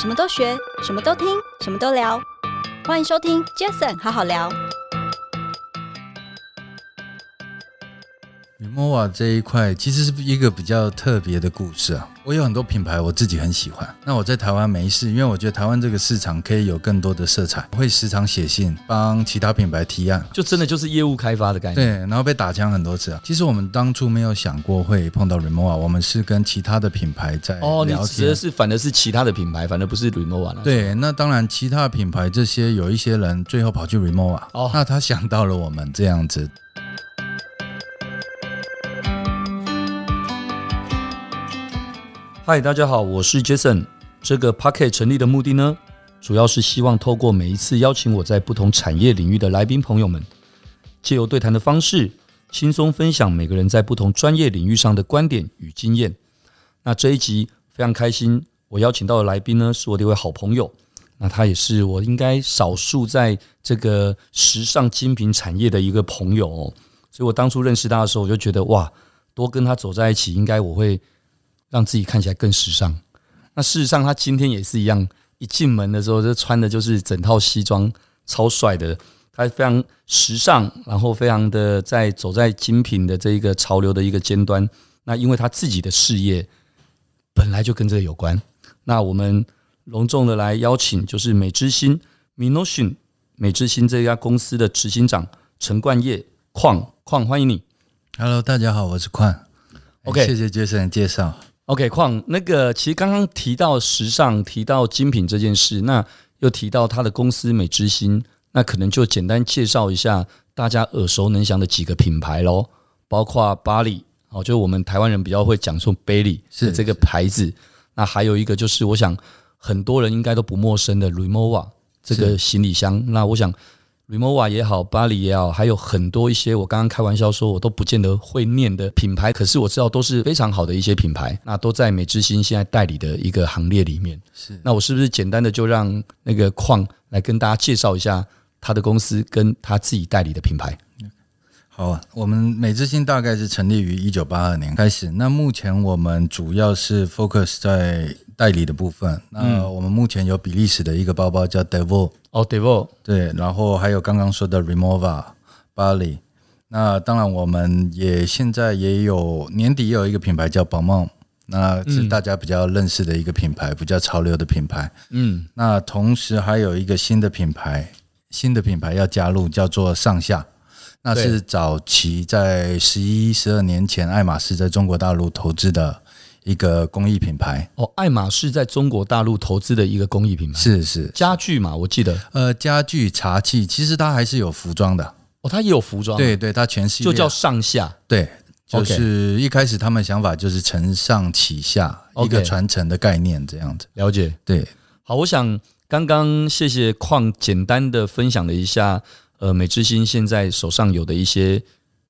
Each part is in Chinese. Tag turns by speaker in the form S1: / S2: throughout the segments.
S1: 什么都学，什么都听，什么都聊。欢迎收听 Jason 好好聊。
S2: 米莫瓦这一块其实是一个比较特别的故事啊。我有很多品牌我自己很喜欢，那我在台湾没事，因为我觉得台湾这个市场可以有更多的色彩，会时常写信帮其他品牌提案。
S3: 就真的就是业务开发的概念。
S2: 对，然后被打枪很多次啊。其实我们当初没有想过会碰到 Remova，我们是跟其他的品牌在
S3: 哦，你
S2: 聊
S3: 指
S2: 天
S3: 的。是反而是其他的品牌，反而不是啊 Remova 了。，
S2: 对，那当然，其他的品牌这些有一些人最后跑去 Remova，、
S3: 哦
S2: 那他想到了我们这样子。
S3: 嗨，大家好，我是 Jason。这个 Pocket 成立的目的呢，主要是希望透过每一次邀请我在不同产业领域的来宾朋友们，借由对谈的方式，轻松分享每个人在不同专业领域上的观点与经验。那这一集非常开心，我邀请到的来宾呢是我的一位好朋友，那他也是我应该少数在这个时尚精品产业的一个朋友哦。所以我当初认识他的时候，我就觉得哇，多跟他走在一起，应该我会让自己看起来更时尚。那事实上，他今天也是一样，一进门的时候就穿的就是整套西装，超帅的。他非常时尚，然后非常的在走在精品的这一个潮流的一个尖端。那因为他自己的事业本来就跟这个有关。那我们隆重的来邀请，就是美之星 Minotion 美之星这家公司的执行长陈冠业矿矿，欢迎你。
S2: Hello，大家好，我是宽。
S3: OK
S2: 谢谢 Jason 的介绍。
S3: OK，矿那个其实刚刚提到时尚，提到精品这件事，那又提到他的公司美之星，那可能就简单介绍一下大家耳熟能详的几个品牌喽，包括巴黎，哦，就是我们台湾人比较会讲说 Bailey
S2: 是
S3: 的这个牌子，那还有一个就是我想很多人应该都不陌生的 Remova 这个行李箱，那我想 Remova 也好，巴黎也好，还有很多一些我刚刚开玩笑说我都不见得会念的品牌，可是我知道都是非常好的一些品牌，那都在美之星现在代理的一个行列里面。
S2: 是
S3: 那我是不是简单的就让那个矿来跟大家介绍一下他的公司跟他自己代理的品牌？
S2: 好啊，我们美之星大概是成立于一九八二年开始。那目前我们主要是 focus 在代理的部分。那我们目前有比利时的一个包包叫 Devil，
S3: 哦 d e v o
S2: 对，然后还有刚刚说的 Remova、Bali。那当然，我们也现在也有年底也有一个品牌叫宝梦，那是大家比较认识的一个品牌，比较潮流的品牌。
S3: 嗯，
S2: 那同时还有一个新的品牌，新的品牌要加入，叫做上下。那是早期在十一、十二年前，爱马仕在中国大陆投资的一个公益品牌。
S3: 哦，爱马仕在中国大陆投资的一个公益品牌，
S2: 是是，
S3: 家具嘛，我记得
S2: 呃，家具、茶器，其实它还是有服装的。
S3: 哦，它也有服装，，啊
S2: 对对，它全系列
S3: 就叫上下。
S2: 对，就
S3: OK
S2: 是一开始他们想法就是承上启下，一个
S3: OK
S2: 传承的概念这样子。
S3: 了解，
S2: 对，
S3: 好，我想刚刚谢谢矿简单的分享了一下，呃，美之星现在手上有的一些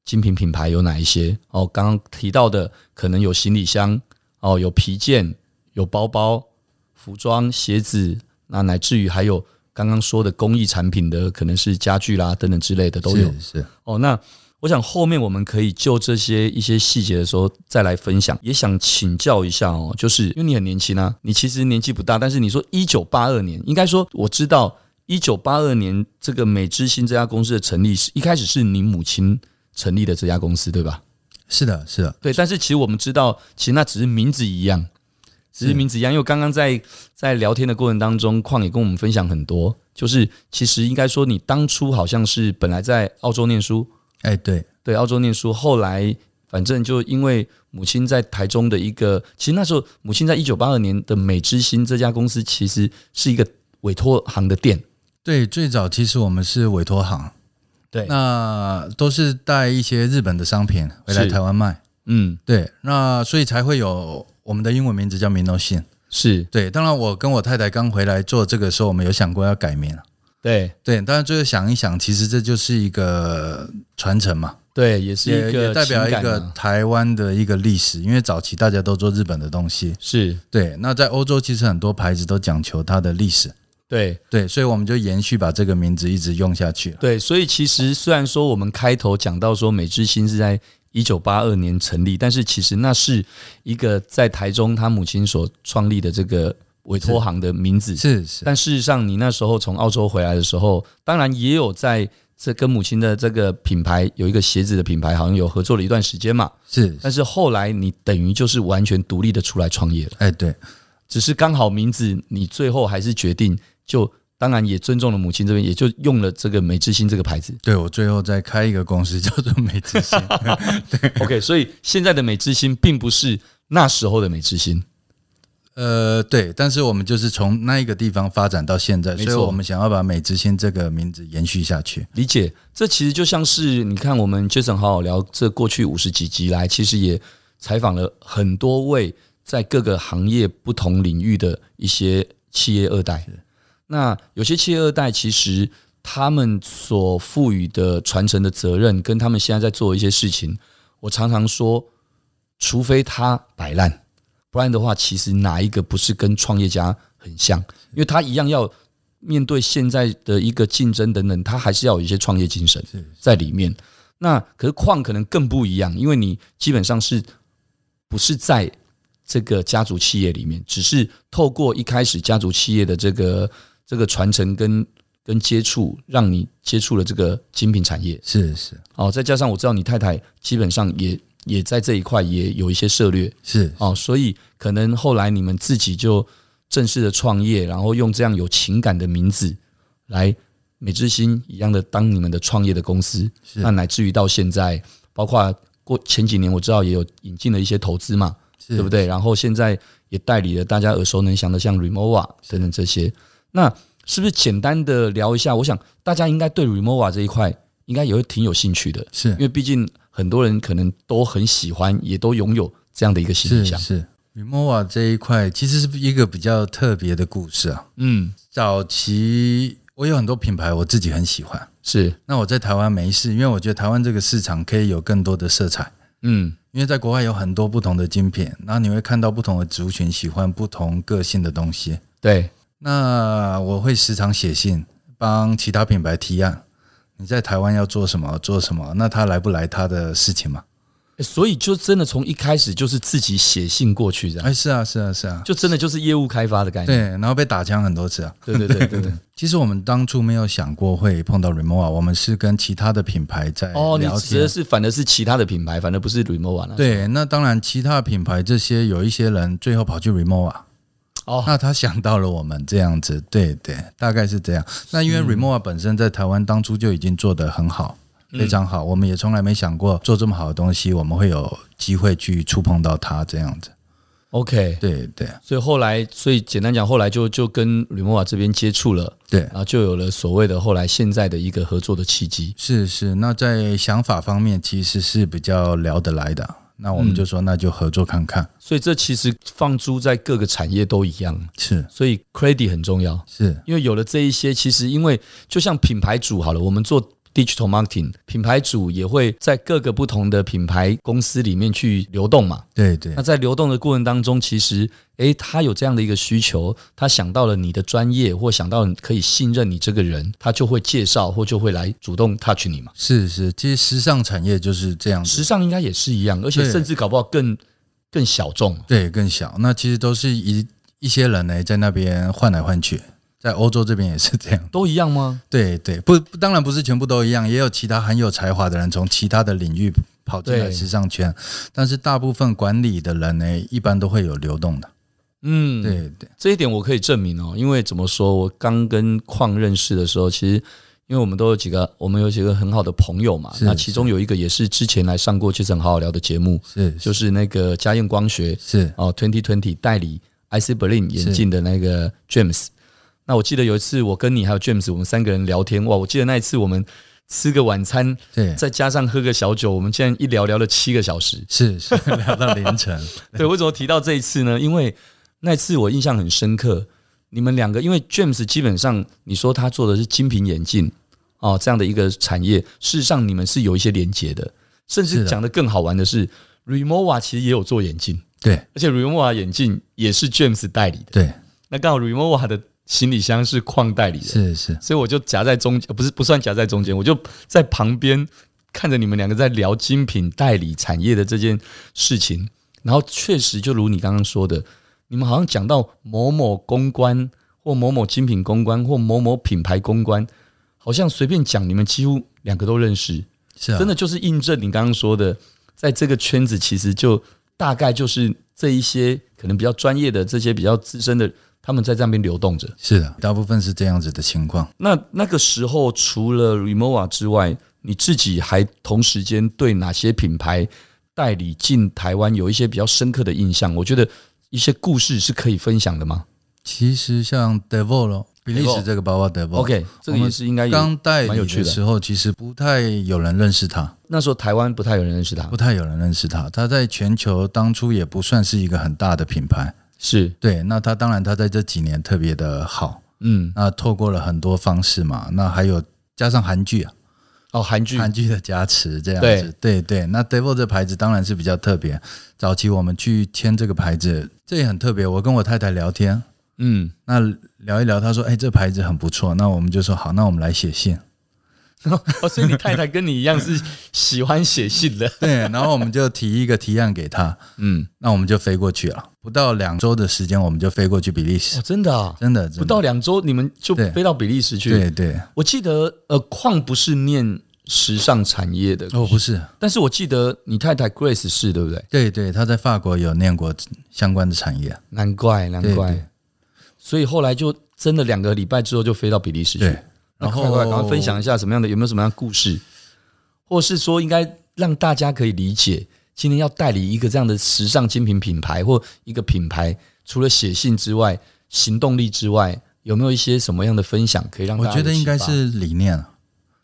S3: 精品品牌有哪一些？哦，刚刚提到的可能有行李箱，哦，有皮件，有包包、服装、鞋子，那乃至于还有刚刚说的工艺产品的，可能是家具啦等等之类的都有。
S2: 是是。
S3: 哦，那我想后面我们可以就这些一些细节的时候再来分享，也想请教一下哦，就是因为你很年轻啊，你其实年纪不大，但是你说一九八二年，应该说我知道一九八二年这个美之星这家公司的成立是一开始是你母亲成立的这家公司对吧？
S2: 是的，是的，
S3: 对，但是其实我们知道，其实那只是名字一样，只是
S2: 是
S3: 名字一样。因为刚刚在在聊天的过程当中，矿也跟我们分享很多，就是其实应该说你当初好像是本来在澳洲念书，
S2: 哎，对，
S3: 对，澳洲念书，后来反正就因为母亲在台中的一个，其实那时候母亲在一九八二年的美之星这家公司其实是一个委托行的店，
S2: 对，最早其实我们是委托行，
S3: 对
S2: 那都是带一些日本的商品回来
S3: 是
S2: 台湾卖，
S3: 嗯，
S2: 对，那所以才会有我们的英文名字叫 Minosin。
S3: 是
S2: 对，当然我跟我太太刚回来做这个时候，我们有想过要改名啊
S3: 对
S2: 对，当然最后想一想，其实这就是一个传承嘛，
S3: 对，也是
S2: 也也
S3: 一个
S2: 代表一
S3: 情感
S2: 个
S3: 啊
S2: 台湾的一个历史，因为早期大家都做日本的东西，
S3: 是
S2: 对。那在欧洲其实很多牌子都讲求它的历史，
S3: 对
S2: 对，所以我们就延续把这个名字一直用下去了。
S3: 对，所以其实虽然说我们开头讲到说美之星是在一九八二年成立，但是其实那是一个在台中他母亲所创立的这个委托行的名字。
S2: 是是
S3: 但事实上，你那时候从澳洲回来的时候，当然也有在这跟母亲的这个品牌有一个鞋子的品牌，好像有合作了一段时间嘛。
S2: 是，
S3: 但是后来你等于就是完全独立的出来创业了，
S2: 哎，对，。
S3: 只是刚好名字你最后还是决定就，当然也尊重了母亲这边，也就用了这个美之星这个牌子
S2: 对我最后再开一个公司叫做美之 星，
S3: OK，所以现在的美之星并不是那时候的美之星。
S2: 呃，对，但是我们就是从那一个地方发展到现在，
S3: 没
S2: 所
S3: 错
S2: 以我们想要把美之星这个名字延续下去。
S3: 理解，这其实就像是你看，我们 Jason 好好聊这过去五十几集来，其实也采访了很多位在各个行业不同领域的一些企业二代。那有些企业二代其实他们所赋予的传承的责任，跟他们现在在做的一些事情，我常常说，除非他摆烂，不然的话，其实哪一个不是跟创业家很像？因为他一样要面对现在的一个竞争等等，他还是要有一些创业精神在里面。那可是矿可能更不一样，因为你基本上是不是在这个家族企业里面，只是透过一开始家族企业的这个这个传承跟跟接触，让你接触了这个精品产业。
S2: 是是
S3: 哦，再加上我知道你太太基本上也也在这一块也有一些涉略，
S2: 是，
S3: 哦，所以可能后来你们自己就正式的创业，然后用这样有情感的名字来美之星一样的当你们的创业的公司，
S2: 是
S3: 那乃至于到现在，包括过前几年我知道也有引进了一些投资嘛，
S2: 是
S3: 对不？对？然后现在也代理了大家耳熟能详的像 Remova 等等这些，那是不是简单的聊一下？我想大家应该对 Remova 这一块应该也会挺有兴趣的，
S2: 是
S3: 因为毕竟很多人可能都很喜欢，也都拥有这样的一个行李
S2: 是
S3: 箱。
S2: 是。Remova 这一块其实是一个比较特别的故事啊。
S3: 嗯，
S2: 早期我有很多品牌我自己很喜欢，
S3: 是，
S2: 那我在台湾没事，因为我觉得台湾这个市场可以有更多的色彩。
S3: 嗯，
S2: 因为在国外有很多不同的精品，然后你会看到不同的族群喜欢不同个性的东西。
S3: 对，
S2: 那我会时常写信帮其他品牌提案，你在台湾要做什么做什么，那他来不来他的事情嘛？
S3: 所以就真的从一开始就是自己写信过去这样，
S2: 哎，是啊，是啊，是啊，
S3: 就真的就是业务开发的概
S2: 对
S3: 念。，
S2: 然后被打枪很多次啊。
S3: 对对对对对。
S2: 其实我们当初没有想过会碰到 Remova，我们是跟其他的品牌在
S3: 哦，你
S2: 聊
S3: 指的
S2: 天。
S3: 是反而是其他的品牌，反而不是 Remova 了。，
S2: 对，那当然，其他品牌这些有一些人最后跑去啊 Remova，
S3: 哦，
S2: 那他想到了我们这样子，对对，大概是这样。那因为 Remova 本身在台湾当初就已经做得很好，
S3: 嗯
S2: 非常好，我们也从来没想过做这么好的东西，我们会有机会去触碰到它这样子。
S3: ，OK。
S2: 对对
S3: 所以后来，所以简单讲，后来就就跟 Remova 这边接触了，
S2: 对
S3: 然，后就有了所谓的后来现在的一个合作的契机。
S2: 是是。那在想法方面其实是比较聊得来的，那我们
S3: 嗯
S2: 就说那就合作看看。
S3: 所以这其实放诸在各个产业都一样，
S2: 是
S3: 所以 credit 很重要。
S2: 是
S3: 因为有了这一些，其实因为就像品牌主好了，我们做 digital marketing，品牌主也会在各个不同的品牌公司里面去流动嘛。
S2: 对对
S3: 那在流动的过程当中，其实诶，他有这样的一个需求，他想到了你的专业，或想到可以信任你这个人，他就会介绍或就会来主动 touch 你嘛。
S2: 是是，其实时尚产业就是这样
S3: 时
S2: 子。
S3: 尚应该也是一样，而且
S2: 对
S3: 甚至搞不好更更小众。
S2: 对，更小。那其实都是一一些人呢，在那边换来换去，在欧洲这边也是这样。
S3: 都一样吗？
S2: 对对，不，不当然不是全部都一样，也有其他很有才华的人从其他的领域跑进来
S3: 对
S2: 时尚圈，但是大部分管理的人呢，一般都会有流动的。
S3: 嗯，
S2: 对对
S3: 这一点我可以证明哦，因为怎么说，我刚跟矿认识的时候，其实因为我们都有几个，我们有几个很好的朋友嘛，
S2: 是
S3: 那其中有一个也是之前来上过《其实很好好聊》的节目，
S2: 是
S3: 就是是那个家燕光学
S2: 是
S3: 哦，Twenty Twenty 代理 IC Berlin 眼镜的那个 James。那我记得有一次我跟你还有 James 我们三个人聊天，哇，我记得那一次我们吃个晚餐，
S2: 对
S3: 再加上喝个小酒，我们竟然一聊聊了七个小时。
S2: 是是聊到凌晨，
S3: 对，为什么提到这一次呢？因为那次我印象很深刻，你们两个，因为 James 基本上你说他做的是精品眼镜哦这样的一个产业，事实上你们是有一些连接的，甚
S2: 是
S3: 至
S2: 的
S3: 讲的更好玩的是 r e m o v a 其实也有做眼镜，
S2: 对
S3: 而且 r e m o v a 眼镜也是 James 代理的，
S2: 对
S3: 那刚好 r e m o v a 的行李箱是矿代理的，
S2: 是是
S3: 所以我就夹在中，呃不是不算夹在中间，我就在旁边看着你们两个在聊精品代理产业的这件事情，然后确实就如你刚刚说的，你们好像讲到某某公关或某某精品公关或某某品牌公关，好像随便讲，你们几乎两个都认识。
S2: 是啊，
S3: 真的就是印证你刚刚说的，在这个圈子其实就大概就是这一些可能比较专业的、这些比较资深的，他们在那边流动着。
S2: 是的，大部分是这样子的情况。
S3: 那那个时候，除了 Remova 之外，你自己还同时间对哪些品牌代理进台湾有一些比较深刻的印象？我觉得一些故事是可以分享的吗
S2: 其实像 Devol 咯，比利时这个包包 Devol。
S3: ？OK，这个也是应该有
S2: 刚代
S3: 蛮有
S2: 理
S3: 趣
S2: 的
S3: 的。嗯
S2: 时候，其实不太有人认识他，
S3: 那时候台湾不太有人认识他
S2: 不，太有人认识他。他在全球当初也不算是一个很大的品牌，
S3: 是
S2: 对。那他当然他在这几年特别的好，
S3: 嗯
S2: 那透过了很多方式嘛，那还有加上韩剧啊，
S3: 哦，韩剧
S2: 韩剧的加持这样子，对对。那 Devil 这牌子当然是比较特别，早期我们去签这个牌子，这也很特别。我跟我太太聊天，
S3: 嗯，
S2: 那聊一聊，她说：“哎、这牌子很不错。”那我们就说：“好，那我们来写信。
S3: 哦，所以你太太跟你一样是喜欢写信的”，
S2: 对，然后我们就提一个提案给她，
S3: 嗯，
S2: 那我们就飞过去了。不到两周的时间，我们就飞过去比利时
S3: 哦，，真的啊，
S2: 真的，真的
S3: 不到两周你们就
S2: 对
S3: 飞到比利时去。
S2: 对对
S3: 我记得呃，矿不是念时尚产业的，
S2: 哦，不是，
S3: 但是我记得你太太 Grace 是对不对？
S2: 对对，她在法国有念过相关的产业，
S3: 难怪，难
S2: 对
S3: 怪。
S2: 对
S3: 所以后来就真的两个礼拜之后就飞到比利时去。
S2: 对。
S3: 那
S2: 然后
S3: 快快赶快分享一下什么样的，有没有什么样的故事，或是说应该让大家可以理解，今天要代理一个这样的时尚精品品牌或一个品牌，除了写信之外，行动力之外，有没有一些什么样的分享可以让大
S2: 我
S3: 家有
S2: 觉得应该
S3: 启发
S2: 是理念啊。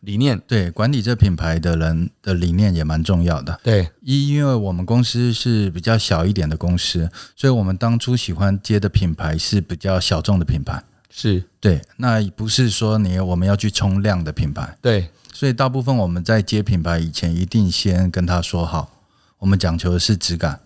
S3: 理念，
S2: 对，管理这品牌的人的理念也蛮重要的。
S3: 对，
S2: 一，因为我们公司是比较小一点的公司，所以我们当初喜欢接的品牌是比较小众的品牌。
S3: 是，
S2: 对，那不是说你我们要去冲量的品牌，
S3: 对，
S2: 所以大部分我们在接品牌以前，一定先跟他说好，我们讲求的是质感，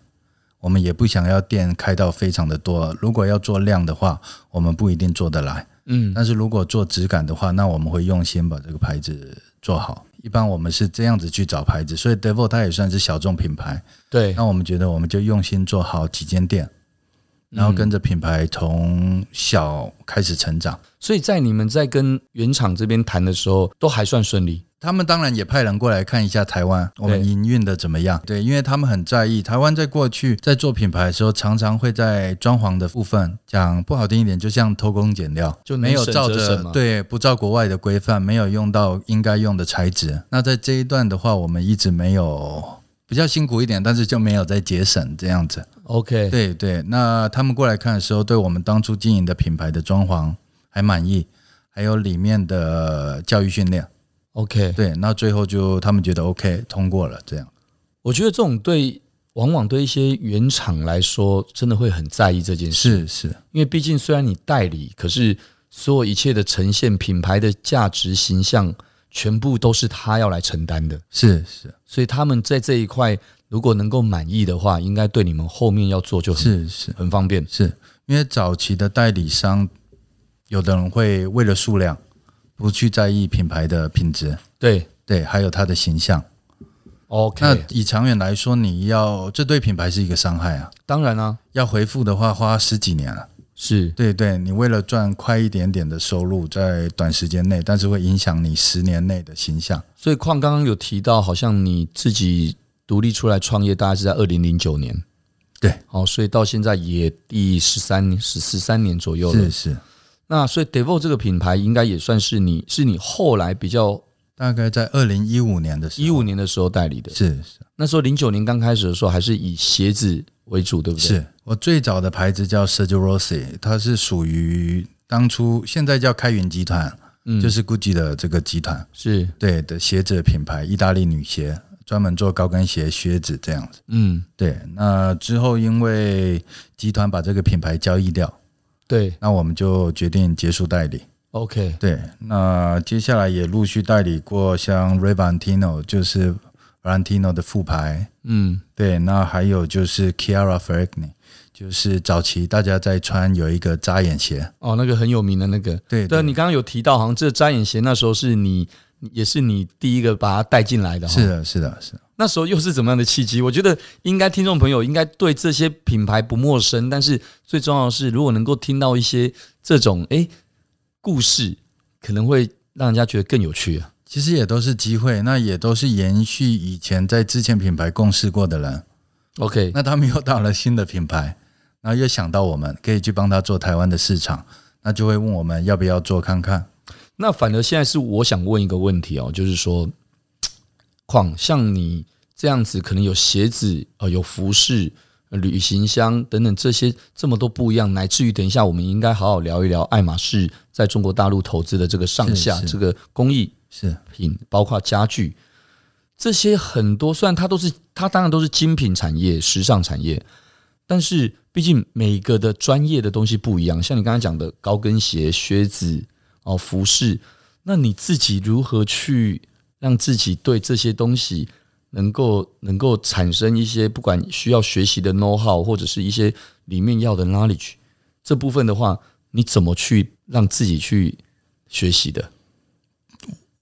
S2: 我们也不想要店开到非常的多。如果要做量的话，我们不一定做得来。
S3: 嗯，
S2: 但是如果做质感的话，那我们会用心把这个牌子做好。一般我们是这样子去找牌子，所以 Devil 它也算是小众品牌。
S3: 对，
S2: 那我们觉得我们就用心做好几间店，然后跟着品牌从小开始成长。
S3: 所以在你们在跟原厂这边谈的时候，都还算顺利，
S2: 他们当然也派人过来看一下台湾我们营运的怎么样，对，因为他们很在意台湾在过去在做品牌的时候，常常会在装潢的部分讲不好听一点，就像偷工减料，
S3: 就能
S2: 没有
S3: 省
S2: 照
S3: 则
S2: 着
S3: 省嘛
S2: 对不照国外的规范，没有用到应该用的材质。那在这一段的话，我们一直没有比较辛苦一点，但是就没有在节省这样子。
S3: ，OK，
S2: 对对，那他们过来看的时候，对我们当初经营的品牌的装潢还满意，还有里面的教育训练。
S3: ，OK，
S2: 对，那最后就他们觉得 OK 通过了，这样
S3: 我觉得这种对往往对一些原厂来说，真的会很在意这件事，
S2: 是是
S3: 因为毕竟虽然你代理，可是所有一切的呈现、品牌的价值、形象，全部都是他要来承担的。
S2: 是是
S3: 所以他们在这一块如果能够满意的话，应该对你们后面要做就很
S2: 是是
S3: 很方便。
S2: 是，因为早期的代理商，有的人会为了数量不去在意品牌的品质，
S3: 对
S2: 对，还有它的形象。那
S3: ，OK，
S2: 以长远来说，你要这对品牌是一个伤害啊，
S3: 当然啊，
S2: 要回复的话花十几年了、啊
S3: 是
S2: 对对，你为了赚快一点点的收入，在短时间内，但是会影响你十年内的形象。
S3: 所以矿刚刚有提到，好像你自己独立出来创业，大概是在二零零九年。
S2: 对，
S3: 好，所以到现在也第十三十十三年左右了
S2: 是。是，
S3: 那所以 Devo 这个品牌应该也算是你是你后来比较
S2: 大概在二零一五年的时候，
S3: 一五年的时候代理的。
S2: 是是。
S3: 那时候零九年刚开始的时候，还是以鞋子为主，对不对？
S2: 是我最早的牌子叫 Sergio Rossi，它是属于当初现在叫开云集团，
S3: 嗯
S2: 就是 GUCCI 的这个集团，
S3: 是，
S2: 对的鞋子的品牌，意大利女鞋，专门做高跟鞋、靴子这样子。
S3: 嗯，
S2: 对，那之后因为集团把这个品牌交易掉，
S3: 对
S2: 那我们就决定结束代理。
S3: ，OK，
S2: 对，那接下来也陆续代理过像 Ray Valentino，就是 Valentino 的副牌，
S3: 嗯，
S2: 对，那还有就是 Chiara Ferragni，就是早期大家在穿有一个扎眼鞋，
S3: 哦，那个很有名的那个，
S2: 对
S3: 对啊，你刚刚有提到，好像这扎眼鞋那时候是你也是你第一个把它带进来的、哦。
S2: 是的，是的，是的。
S3: 那时候又是怎么样的契机？我觉得应该听众朋友应该对这些品牌不陌生，但是最重要的是，如果能够听到一些这种诶故事，可能会让人家觉得更有趣啊。
S2: 其实也都是机会，那也都是延续以前在之前品牌共事过的人。
S3: OK，
S2: 那他们又到了新的品牌，然后又想到我们可以去帮他做台湾的市场，那就会问我们要不要做看看。
S3: 那反而现在是我想问一个问题哦，就是说，况像你这样子，可能有鞋子呃，有服饰、呃旅行箱等等这些这么多不一样，乃至于等一下我们应该好好聊一聊爱马仕在中国大陆投资的这个上下
S2: 是是
S3: 这个工艺
S2: 是
S3: 品，包括家具这些很多，虽然它都是它当然都是精品产业、时尚产业，但是毕竟每个的专业的东西不一样。像你刚才讲的高跟鞋、靴子哦、服饰，那你自己如何去让自己对这些东西能够能够产生一些不管需要学习的 know how 或者是一些里面要的 knowledge 这部分的话，你怎么去让自己去学习的？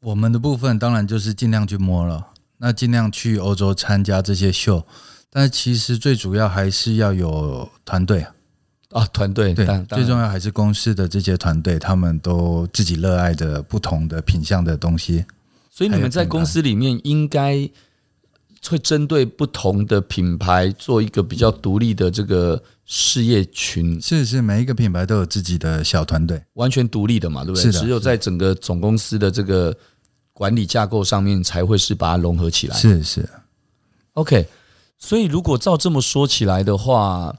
S2: 我们的部分当然就是尽量去摸了，那尽量去欧洲参加这些秀，但是其实最主要还是要有团队啊，
S3: 啊，团队
S2: 对
S3: 当，当
S2: 最
S3: 然
S2: 重要还是公司的这些团队，他们都自己热爱的不同的品相的东西。
S3: 所以你
S2: 还
S3: 们
S2: 有
S3: 在
S2: 品
S3: 公
S2: 牌
S3: 司里面应该会针对不同的品牌做一个比较独立的这个事业群，
S2: 是是，每一个品牌都有自己的小团队，
S3: 完全独立的嘛，对不对？
S2: 是的
S3: 只有在整个总公司的这个管理架构上面才会是把它融合起来。
S2: 是是
S3: OK，所以如果照这么说起来的话，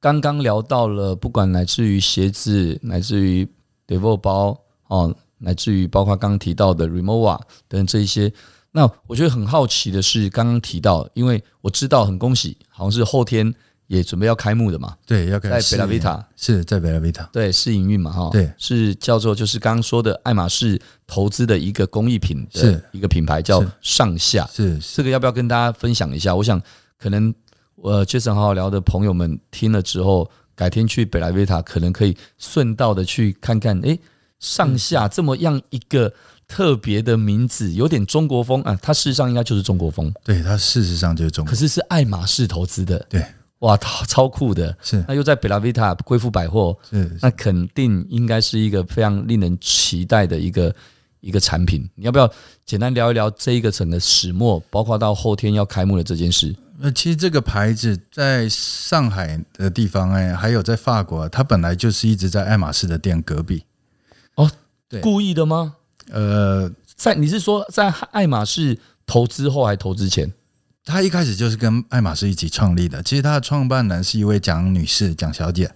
S3: 刚刚聊到了，不管乃至于鞋子，乃至于 Devo 包哦，乃至于包括刚刚提到的 Remova 等这一些，那我觉得很好奇的是，刚刚提到，因为我知道很恭喜，好像是后天也准备要开幕的嘛，
S2: 对，要
S3: 在
S2: 开始
S3: 贝拉维塔，
S2: 是在贝拉维塔，
S3: 对，试营运嘛，哈，
S2: 对
S3: 是叫做就是刚刚说的爱马仕投资的一个工艺品的
S2: 是
S3: 一个品牌叫
S2: 是
S3: 上下，
S2: 是是
S3: 这个要不要跟大家分享一下？我想可能呃，Jason 好好聊的朋友们听了之后，改天去北莱维塔，可能可以顺道的去看看，诶，上下这么样一个特别的名字，有点中国风啊，它事实上应该就是中国风，
S2: 对，它事实上就是中
S3: 可
S2: 国，
S3: 是是爱马仕投资的，
S2: 嗯对，
S3: 哇，超超酷的。
S2: 是
S3: 那又在北莱维塔贵妇百货，
S2: 是
S3: 那肯定应该是一个非常令人期待的一个一个产品。你要不要简单聊一聊这一个整个始末，包括到后天要开幕的这件事？
S2: 那其实这个牌子在上海的地方，哎，还有在法国，它本来就是一直在爱马仕的店隔壁。对
S3: 故意的吗？
S2: 呃，
S3: 在你是说在爱马仕投资后还投资前？
S2: 它一开始就是跟爱马仕一起创立的。其实它的创办人是一位蒋女士，蒋小姐。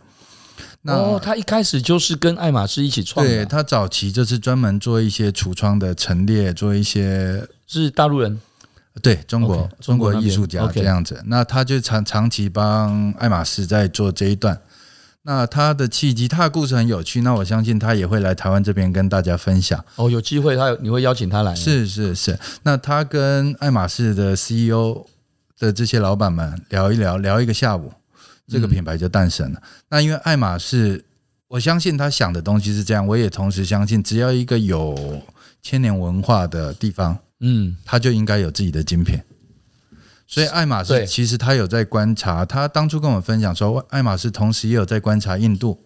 S2: 那、
S3: 哦，他一开始就是跟爱马仕一起创
S2: 对
S3: 的啊，
S2: 她早期就是专门做一些橱窗的陈列，做一些
S3: 是大陆人。
S2: 对中国
S3: OK，中
S2: 中
S3: 国
S2: 国
S3: 那边
S2: 艺术家
S3: OK
S2: 这样子。那他就长长期帮爱马仕在做这一段。那他的契机，他的故事很有趣。那我相信他也会来台湾这边跟大家分享。
S3: 哦，有机会他有你会邀请他来，
S2: 是是是。那他跟爱马仕的 CEO 的这些老板们聊一聊，聊一个下午，这个品牌就诞生了。那因为爱马仕，我相信他想的东西是这样，我也同时相信，只要一个有千年文化的地方，
S3: 嗯，
S2: 他就应该有自己的精品。所以爱马
S3: 对
S2: 仕其实他有在观察，他当初跟我分享说，爱马仕同时也有在观察印度、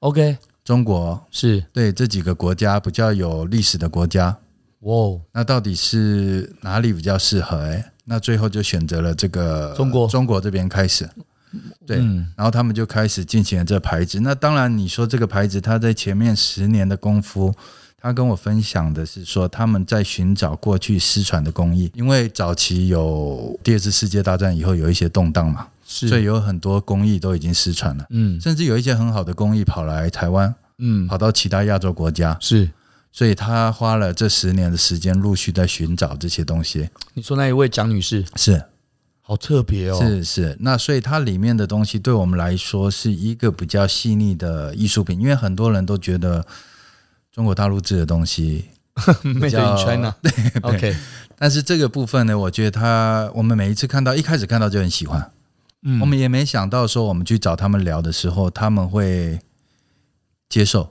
S3: ，OK，
S2: 中国
S3: 是，
S2: 对这几个国家比较有历史的国家，
S3: 哇哦，
S2: 那到底是哪里比较适合、哎，那最后就选择了这个
S3: 中国
S2: 中国这边开始。对，
S3: 嗯
S2: 然后他们就开始进行了这牌子。那当然，你说这个牌子，它在前面十年的功夫，他跟我分享的是说，他们在寻找过去失传的工艺，因为早期有第二次世界大战以后有一些动荡嘛，所以
S3: 是，
S2: 有很多工艺都已经失传了，
S3: 嗯
S2: 甚至有一些很好的工艺跑来台湾，
S3: 嗯，
S2: 跑到其他亚洲国家，
S3: 是。
S2: 所以他花了这十年的时间，陆续在寻找这些东西。
S3: 你说那一位蒋女士，
S2: 是
S3: 好特别哦，
S2: 是是，那所以它里面的东西对我们来说是一个比较细腻的艺术品，因为很多人都觉得中国大陆制的东西，
S3: Made
S2: 比
S3: in
S2: 较
S3: China，对，OK，
S2: 但是这个部分呢，我觉得它我们每一次看到，一开始看到就很喜欢，
S3: 嗯
S2: 我们也没想到说我们去找他们聊的时候，他们会接受。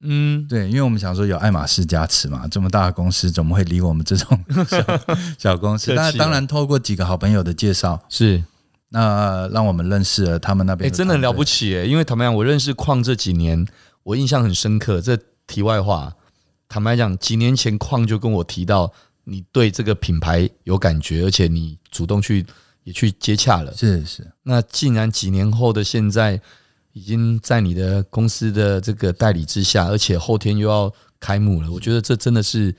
S3: 嗯，
S2: 对，因为我们想说有爱马仕加持嘛，这么大的公司怎么会理我们这种小 小公司？
S3: 客气
S2: 那
S3: 了
S2: 当然，透过几个好朋友的介绍，
S3: 是，
S2: 那让我们认识了他们那
S3: 哎、
S2: 边。
S3: 真的很了不
S2: 起！
S3: 起哎、因为坦白讲，我认识矿这几年，我印象很深刻。这题外话，坦白讲，几年前矿就跟我提到，你对这个品牌有感觉，而且你主动去也去接洽了。
S2: 是是，
S3: 那竟然几年后的现在，已经在你的公司的这个代理之下，而且后天又要开幕了，我觉得这真的是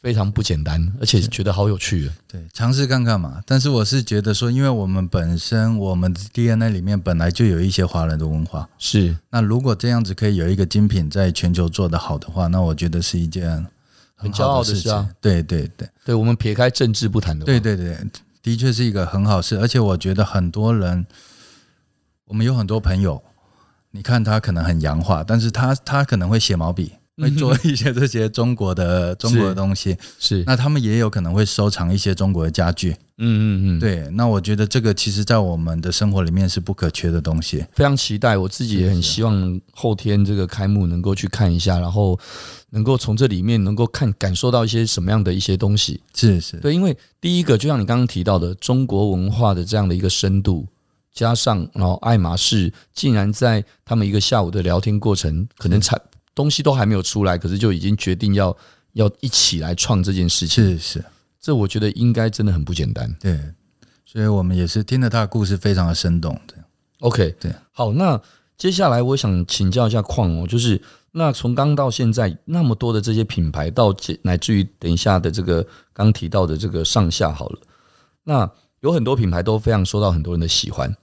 S3: 非常不简单，而且觉得好有趣。啊
S2: 对，尝试看看嘛。但是我是觉得说，因为我们本身我们的 DNA 里面本来就有一些华人的文化，
S3: 是，
S2: 那如果这样子可以有一个精品在全球做得好的话，那我觉得是一件
S3: 很骄
S2: 好
S3: 傲的
S2: 事
S3: 事
S2: 情。
S3: 啊
S2: 对对对。
S3: 对我们撇开政治不谈的话，
S2: 对对对，的确是一个很好事，而且我觉得很多人，我们有很多朋友，你看他可能很洋化，但是他他可能会写毛笔，会做一些这些中国 的中国的东西，
S3: 是，
S2: 那他们也有可能会收藏一些中国的家具。
S3: 嗯嗯嗯，，
S2: 对，那我觉得这个其实在我们的生活里面是不可缺的东西。
S3: 非常期待，我自己也很希望后天这个开幕能够去看一下，然后能够从这里面能够看感受到一些什么样的一些东西。
S2: 是是，
S3: 对，因为第一个就像你刚刚提到的，中国文化的这样的一个深度，加上然后爱马仕竟然在他们一个下午的聊天过程，可能产东西都还没有出来，可是就已经决定要要一起来创这件事情，
S2: 是是，
S3: 这我觉得应该真的很不简单。
S2: 对，所以我们也是听了他的故事，非常的生动。这样
S3: OK，
S2: 对，
S3: 好，那接下来我想请教一下矿哦，就是那从刚到现在那么多的这些品牌到这乃至于等一下的这个刚提到的这个上下好了，那有很多品牌都非常受到很多人的喜欢。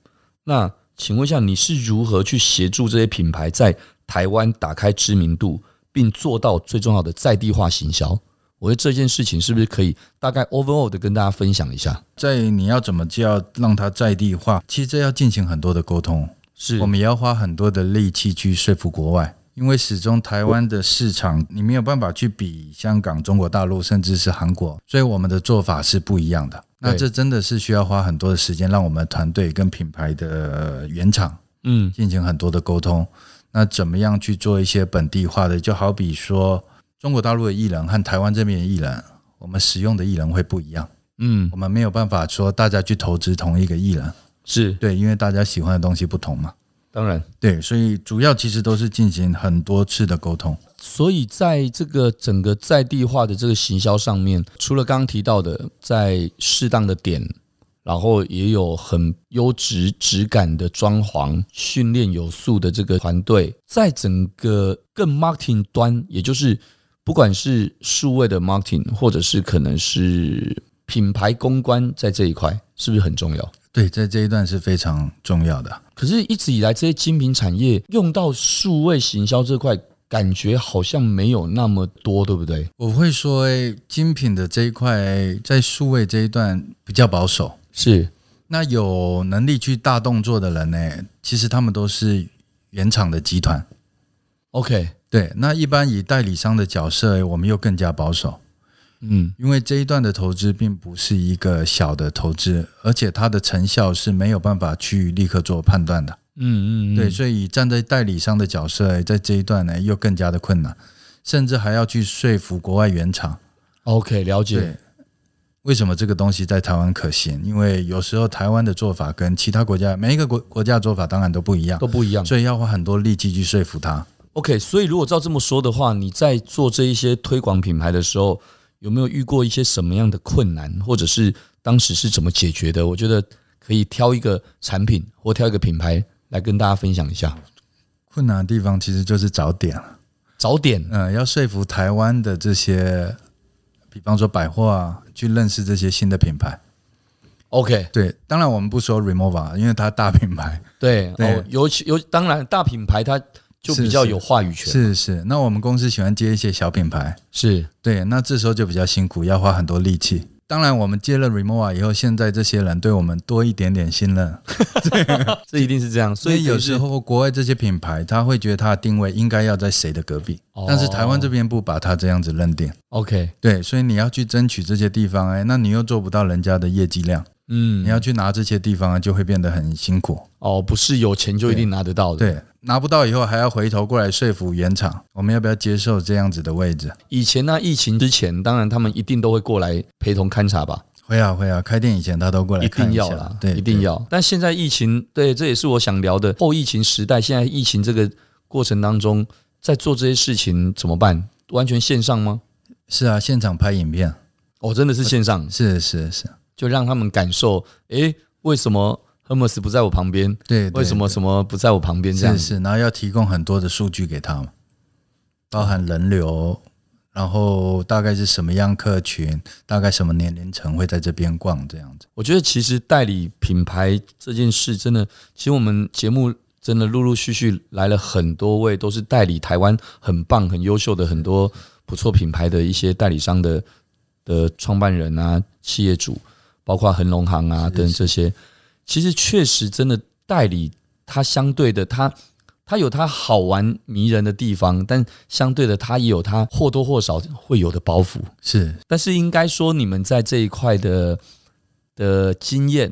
S3: 那请问一下，你是如何去协助这些品牌在台湾打开知名度，并做到最重要的在地化行销？我觉得这件事情是不是可以大概 overall 的跟大家分享一下？
S2: 在你要怎么叫让他在地化，其实这要进行很多的沟通。
S3: 是
S2: 我们也要花很多的力气去说服国外，因为始终台湾的市场你没有办法去比香港、中国大陆甚至是韩国，所以我们的做法是不一样的。那
S3: 对
S2: 这真的是需要花很多的时间，让我们的团队跟品牌的原厂
S3: 嗯
S2: 进行很多的沟通。那怎么样去做一些本地化的？就好比说中国大陆的艺人和台湾这边的艺人，我们使用的艺人会不一样，
S3: 嗯
S2: 我们没有办法说大家去投资同一个艺人，
S3: 是
S2: 对，因为大家喜欢的东西不同嘛。
S3: 当然。
S2: 对，所以主要其实都是进行很多次的沟通。
S3: 所以在这个整个在地化的这个行销上面，除了刚刚提到的在适当的点，然后也有很优质质感的装潢，训练有素的这个团队，在整个更 marketing 端，也就是不管是数位的 marketing，或者是可能是品牌公关，在这一块是不是很重要？
S2: 对，在这一段是非常重要的。
S3: 可是，一直以来这些精品产业用到数位行销这块，感觉好像没有那么多，对不对？
S2: 我会说，诶精品的这一块在数位这一段比较保守。
S3: 是，
S2: 那有能力去大动作的人呢，其实他们都是原厂的集团。
S3: OK，
S2: 对，那一般以代理商的角色，哎我们又更加保守，
S3: 嗯，
S2: 因为这一段的投资并不是一个小的投资，而且它的成效是没有办法去立刻做判断的。
S3: 嗯嗯，
S2: 对，所以站在代理商的角色，哎在这一段呢又更加的困难，甚至还要去说服国外原厂，
S3: ，OK，了解，
S2: 对，为什么这个东西在台湾可行？因为有时候台湾的做法跟其他国家每一个国国家的做法当然都不一样
S3: 都，不一样。
S2: 所以要花很多力气去说服他。
S3: OK，所以如果照这么说的话，你在做这一些推广品牌的时候，有没有遇过一些什么样的困难，或者是当时是怎么解决的？我觉得可以挑一个产品或挑一个品牌来跟大家分享一下。
S2: 困难的地方其实就是找点了，
S3: 早点，
S2: 嗯、要说服台湾的这些，比方说百货啊，去认识这些新的品牌。
S3: ，OK，
S2: 对，当然我们不说 Remova，因为它大品牌，
S3: 对，
S2: 对
S3: 哦，尤其尤当然大品牌它就比
S2: 是
S3: 较
S2: 是
S3: 有话语权，
S2: 是是。那我们公司喜欢接一些小品牌，
S3: 是
S2: 对，那这时候就比较辛苦，要花很多力气。当然，我们接了 Remova 以后，现在这些人对我们多一点点信任，
S3: 这一定是这样，
S2: 所
S3: 所
S2: 以
S3: 以
S2: 有
S3: 就是
S2: 时候国外这些品牌，他会觉得他的定位应该要在谁的隔壁，
S3: 哦
S2: 但是台湾这边不把他这样子认定，
S3: OK，
S2: 对，所以你要去争取这些地方，哎，那你又做不到人家的业绩量，
S3: 嗯，
S2: 你要去拿这些地方就会变得很辛苦。
S3: 哦，不是有钱就一定拿得到的，
S2: 对，拿不到以后还要回头过来说服原厂，我们要不要接受这样子的位置？
S3: 以前呢、疫情之前，当然他们一定都会过来陪同勘察吧，
S2: 会啊会啊，开店以前他都过来
S3: 一
S2: 看
S3: 定要
S2: 下
S3: 啦，
S2: 对，
S3: 一定
S2: 对。
S3: 要。但现在疫情，对，这也是我想聊的。后疫情时代，现在疫情这个过程当中，在做这些事情怎么办？完全线上吗？
S2: 是啊，现场拍影片，
S3: 哦，真的是线上，
S2: 是是是，
S3: 就让他们感受，诶，为什么 Hermes 不在我旁边？
S2: 对，对
S3: 为什么什么不在我旁边？这样
S2: 是
S3: 子，
S2: 是，然后要提供很多的数据给他嘛，包含人流，然后大概是什么样客群，大概什么年龄层会在这边逛这样子。
S3: 我觉得其实代理品牌这件事，真的，其实我们节目真的陆陆续续来了很多位，都是代理台湾很棒、很优秀的很多不错品牌的一些代理商的的创办人啊、企业主，包括恒隆行啊等这些。其实确实真的代理，它相对的它。它有它好玩迷人的地方，但相对的，它也有它或多或少会有的包袱。
S2: 是
S3: 但是应该说，你们在这一块的的经验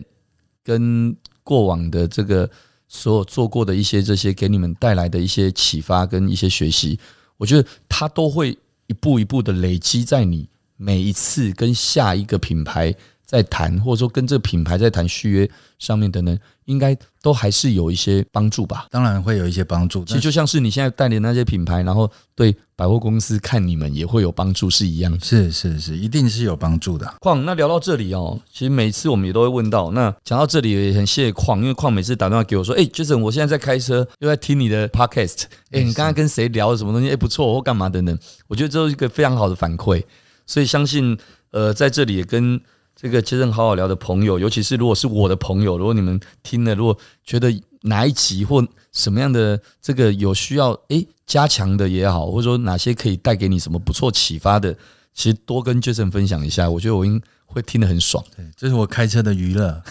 S3: 跟过往的这个所有做过的一些这些给你们带来的一些启发跟一些学习，我觉得它都会一步一步的累积在你每一次跟下一个品牌在谈，或者说跟这个品牌在谈续约上面等等，应该都还是有一些帮助吧。
S2: 当然会有一些帮助，
S3: 其实就像是你现在带领那些品牌，然后对百货公司看你们也会有帮助是一样的。
S2: 但是是是，一定是有帮助的。
S3: 矿，那聊到这里哦，其实每次我们也都会问到。那讲到这里也很谢谢矿，因为矿每次打电话给我说：“哎、j a s o n 我现在在开车，又在听你的 podcast，哎、你刚刚跟谁聊了什么东西？哎、不错，或干嘛等等。”我觉得这是一个非常好的反馈，所以相信呃，在这里也跟这个杰森好好聊的朋友，尤其是如果是我的朋友，如果你们听了，如果觉得哪一集或什么样的这个有需要诶、加强的也好，或者说哪些可以带给你什么不错启发的，其实多跟 Jason 分享一下，我觉得我应会听得很爽，
S2: 对，这是我开车的娱乐。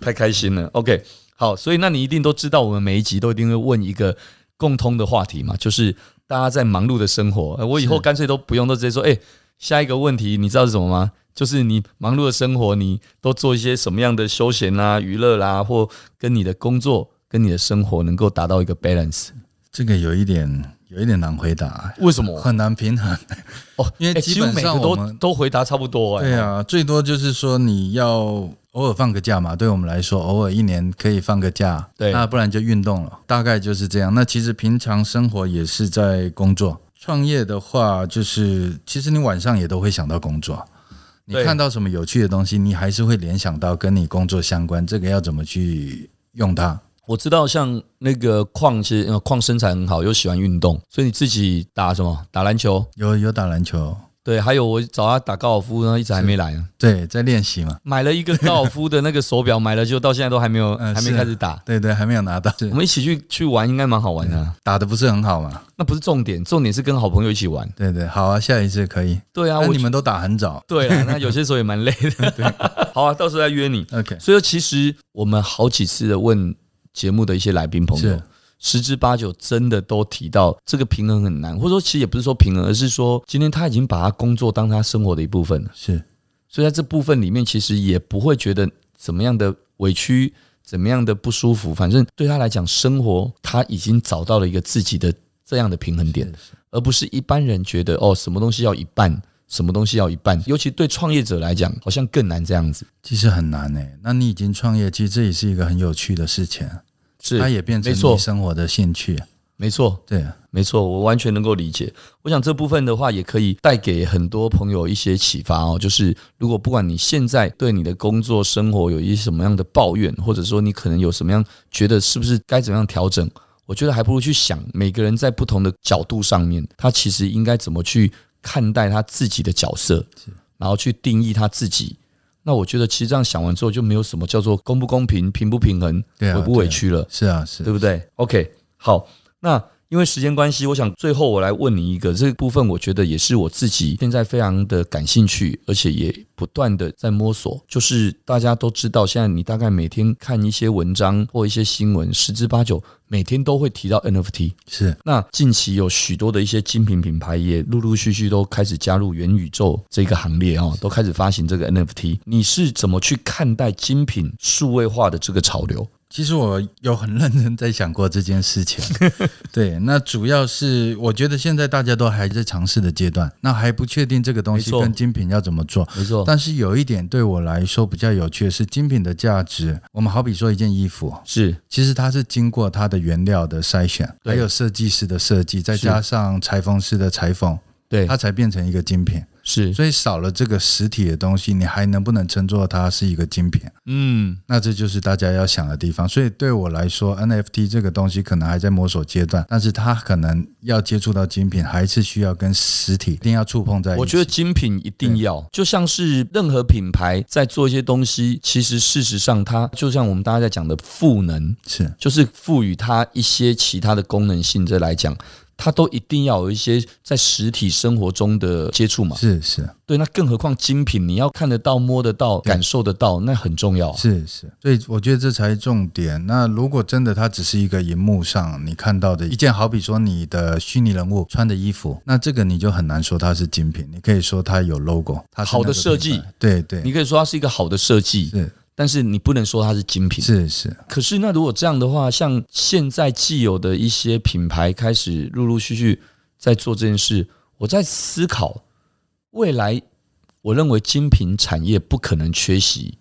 S3: 太开心了。OK，好，所以那你一定都知道，我们每一集都一定会问一个共通的话题嘛，就是大家在忙碌的生活。呃我以后干脆都不用，都直接说，哎、下一个问题你知道是什么吗？就是你忙碌的生活，你都做一些什么样的休闲啦、娱乐啦，或跟你的工作、跟你的生活能够达到一个 balance？
S2: 这个有一点有一点难回答，
S3: 为什么？
S2: 很难平衡。
S3: 哦，
S2: 因为
S3: 哎
S2: 基
S3: 几乎
S2: 本
S3: 每
S2: 上
S3: 个
S2: 我
S3: 都
S2: 们
S3: 都回答差不多、哎，
S2: 对啊，最多就是说你要偶尔放个假嘛，对我们来说，偶尔一年可以放个假，
S3: 对
S2: 那不然就运动了，大概就是这样。那其实平常生活也是在工作，创业的话，就是其实你晚上也都会想到工作。你
S3: 对
S2: 看到什么有趣的东西，你还是会联想到跟你工作相关，这个要怎么去用它？
S3: 我知道，像那个矿其实呃矿身材很好，又喜欢运动，所以你自己打什么？打篮球？
S2: 有有打篮球，
S3: 对，还有我找他打高尔夫，然后一直还没来啊。
S2: 对，在练习嘛，
S3: 买了一个高尔夫的那个手表，买了就到现在都还没 有，
S2: 嗯
S3: 还没
S2: 是啊
S3: 开始打。
S2: 对对，还没有拿到，是
S3: 我们一起去去玩，应该蛮好玩的啊、
S2: 打的不是很好嘛？
S3: 那不是重点，重点是跟好朋友一起玩。
S2: 对对，好啊，下一次可以。
S3: 对啊，
S2: 那
S3: 我
S2: 你们都打很早
S3: 对啊，那有些时候也蛮累 的。 好啊，到时候再约你。
S2: ，OK，
S3: 所以其实我们好几次的问节目的一些来宾朋友
S2: 是，
S3: 十之八九真的都提到这个平衡很难，或者说其实也不是说平衡，而是说今天他已经把他工作当他生活的一部分了，
S2: 是
S3: 所以在这部分里面其实也不会觉得怎么样的委屈，怎么样的不舒服，反正对他来讲，生活他已经找到了一个自己的这样的平衡点，而不是一般人觉得哦，什么东西要一半。什么东西要一半？尤其对创业者来讲，好像更难这样子。
S2: 其实很难诶、欸那你已经创业，其实这也是一个很有趣的事情，啊
S3: 是，
S2: 它也变成
S3: 没错
S2: 你生活的兴趣。
S3: 没错，
S2: 对，
S3: 没错，我完全能够理解。我想这部分的话，也可以带给很多朋友一些启发哦。就是如果不管你现在对你的工作生活有一些什么样的抱怨，或者说你可能有什么样觉得是不是该怎么样调整，我觉得还不如去想每个人在不同的角度上面，他其实应该怎么去看待他自己的角色，然后去定义他自己。那我觉得其实这样想完之后，就没有什么叫做公不公平、平不平衡、
S2: 对啊
S3: 委不
S2: 对啊
S3: 委屈了。
S2: 是啊，是
S3: 对不对？OK，好，那因为时间关系，我想最后我来问你一个这个部分，我觉得也是我自己现在非常的感兴趣，而且也不断的在摸索。就是大家都知道，现在你大概每天看一些文章或一些新闻，十之八九每天都会提到 NFT。
S2: 是
S3: 那近期有许多的一些精品品牌也陆陆续续都开始加入元宇宙这个行列哦，都开始发行这个 NFT。你是怎么去看待精品数位化的这个潮流？
S2: 其实我有很认真在想过这件事 情，对，那主要是我觉得现在大家都还在尝试的阶段，那还不确定这个东
S3: 没
S2: 西
S3: 错
S2: 跟精品要怎么做。
S3: 没错，
S2: 但是有一点对我来说比较有趣的是，精品的价值。我们好比说一件衣服，
S3: 是
S2: 其实它是经过它的原料的筛选，
S3: 对
S2: 还有设计师的设计，再
S3: 是
S2: 加上裁缝师的裁缝，
S3: 对，嗯
S2: 它才变成一个精品。
S3: 是
S2: 所以少了这个实体的东西，你还能不能称作它是一个精品？
S3: 嗯，
S2: 那这就是大家要想的地方。所以对我来说，NFT 这个东西可能还在摸索阶段，但是它可能要接触到精品，还是需要跟实体一定要触碰在一起。
S3: 我觉得精品一定要，就像是任何品牌在做一些东西，其实事实上它就像我们大家在讲的赋能，
S2: 是
S3: 就是赋予它一些其他的功能性，这来讲。它都一定要有一些在实体生活中的接触嘛，
S2: 是是
S3: 对，那更何况精品，你要看得到、摸得到、感受得到，那很重要啊、
S2: 是是，哦所以我觉得这才是重点。那如果真的它只是一个荧幕上你看到的一件，好比说你的虚拟人物穿的衣服，那这个你就很难说它是精品，你可以说它有 logo，它是
S3: 好的
S2: 那个
S3: 设计
S2: 品牌，对对，
S3: 你可以说它是一个好的设计，
S2: 是
S3: 但是你不能说它是精品。
S2: 是是
S3: 可是那如果这样的话，像现在既有的一些品牌开始陆陆续续在做这件事，我在思考未来，我认为精品产业不可能缺席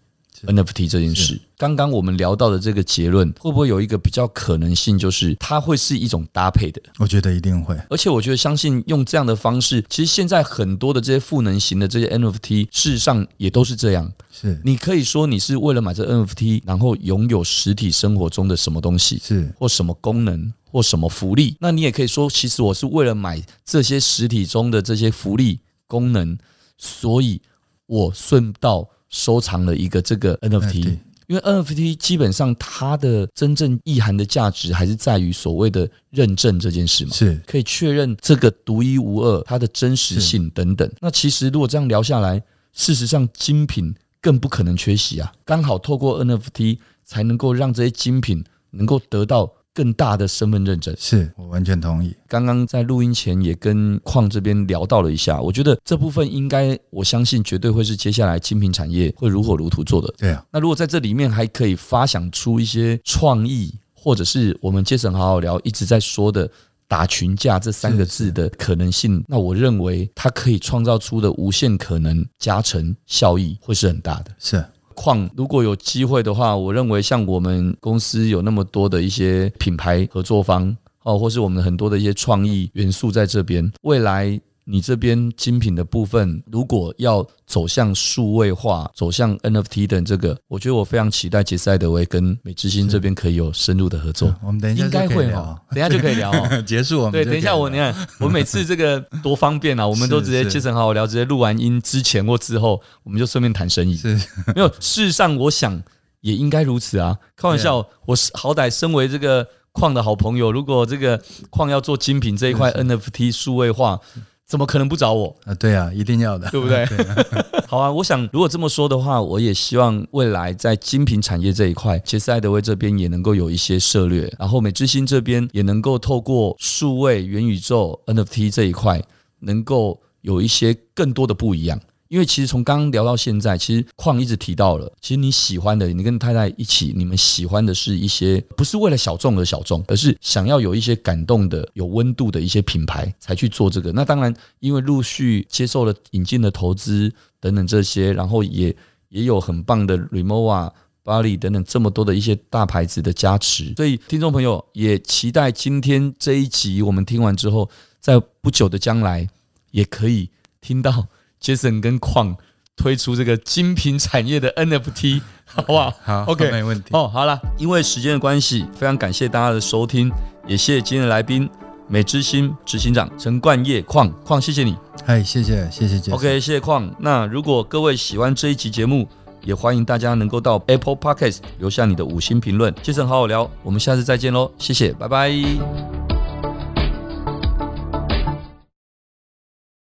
S3: NFT 这件事。刚刚我们聊到的这个结论，会不会有一个比较可能性，就是它会是一种搭配的？
S2: 我觉得一定会。
S3: 而且我觉得，相信用这样的方式，其实现在很多的这些赋能型的这些 NFT，事实上也都是这样。
S2: 是
S3: 你可以说你是为了买这 NFT，然后拥有实体生活中的什么东西，
S2: 是
S3: 或什么功能，或什么福利。那你也可以说，其实我是为了买这些实体中的这些福利功能，所以我顺道收藏了一个这个 NFT
S2: NFT。
S3: 因为 NFT 基本上它的真正意涵的价值还是在于所谓的认证这件事嘛。
S2: 是
S3: 可以确认这个独一无二、它的真实性等等。那其实如果这样聊下来，事实上精品更不可能缺席啊！刚好透过 NFT 才能够让这些精品能够得到更大的身份认证。
S2: 是，我完全同意。
S3: 刚刚在录音前也跟矿这边聊到了一下，我觉得这部分应该，我相信绝对会是接下来精品产业会如火如荼做的。
S2: 对啊，
S3: 那如果在这里面还可以发想出一些创意，或者是我们杰森好好聊一直在说的“打群架”这三个字的可能性，那我认为它可以创造出的无限可能加成效益会是很大的。
S2: 是
S3: 况如果有机会的话，我认为像我们公司有那么多的一些品牌合作方哦，或是我们很多的一些创意元素在这边，未来。你这边精品的部分，如果要走向数位化、走向 NFT 等这个，我觉得我非常期待杰赛德威跟美之星这边可以有深入的合作，
S2: 我们嗯等一下
S3: 应
S2: 就
S3: 该
S2: 可以
S3: 会
S2: 聊
S3: 哦，等一下就可以聊 哦。
S2: 结束我们
S3: 对，
S2: 就
S3: 等一下
S2: 可以
S3: 我你
S2: 聊
S3: 看，我每次这个多方便啊，我们都
S2: 是
S3: 直接
S2: 是
S3: 切成好好聊，直接录完音之前或之后，我们就顺便谈生意。
S2: 是
S3: 没有，事实上我想也应该如此啊。开玩笑，我是好歹身为这个矿的好朋友，如果这个矿要做精品这一块 NFT 数位化，怎么可能不找我？
S2: 啊，对啊，一定要的，
S3: 对不对？ 好啊，我想如果这么说的话，我也希望未来在精品产业这一块，其实艾德威这边也能够有一些策略，然后美之星这边也能够透过数位元宇宙 NFT 这一块，能够有一些更多的不一样。因为其实从刚刚聊到现在，其实矿一直提到了，其实你喜欢的，你跟太太一起，你们喜欢的是一些不是为了小众而小众，而是想要有一些感动的、有温度的一些品牌才去做这个。那当然，因为陆续接受了引进的投资等等这些，然后也也有很棒的 Remova。巴黎等等这么多的一些大牌子的加持，所以听众朋友也期待今天这一集我们听完之后，在不久的将来也可以听到 Jason 跟矿推出这个精品产业的 NFT，好 不好？
S2: 好
S3: ，OK，
S2: 没问题。
S3: 哦，好了，因为时间的关系，非常感谢大家的收听，也谢谢今天的来宾美之星执行长陈冠业矿矿，谢谢你。
S2: 嗨，哎谢谢谢谢姐
S3: OK，谢谢矿。那如果各位喜欢这一期节目，也欢迎大家能够到 Apple Podcast 留下你的五星评论。杰森好好聊，我们下次再见喽，谢谢，拜拜。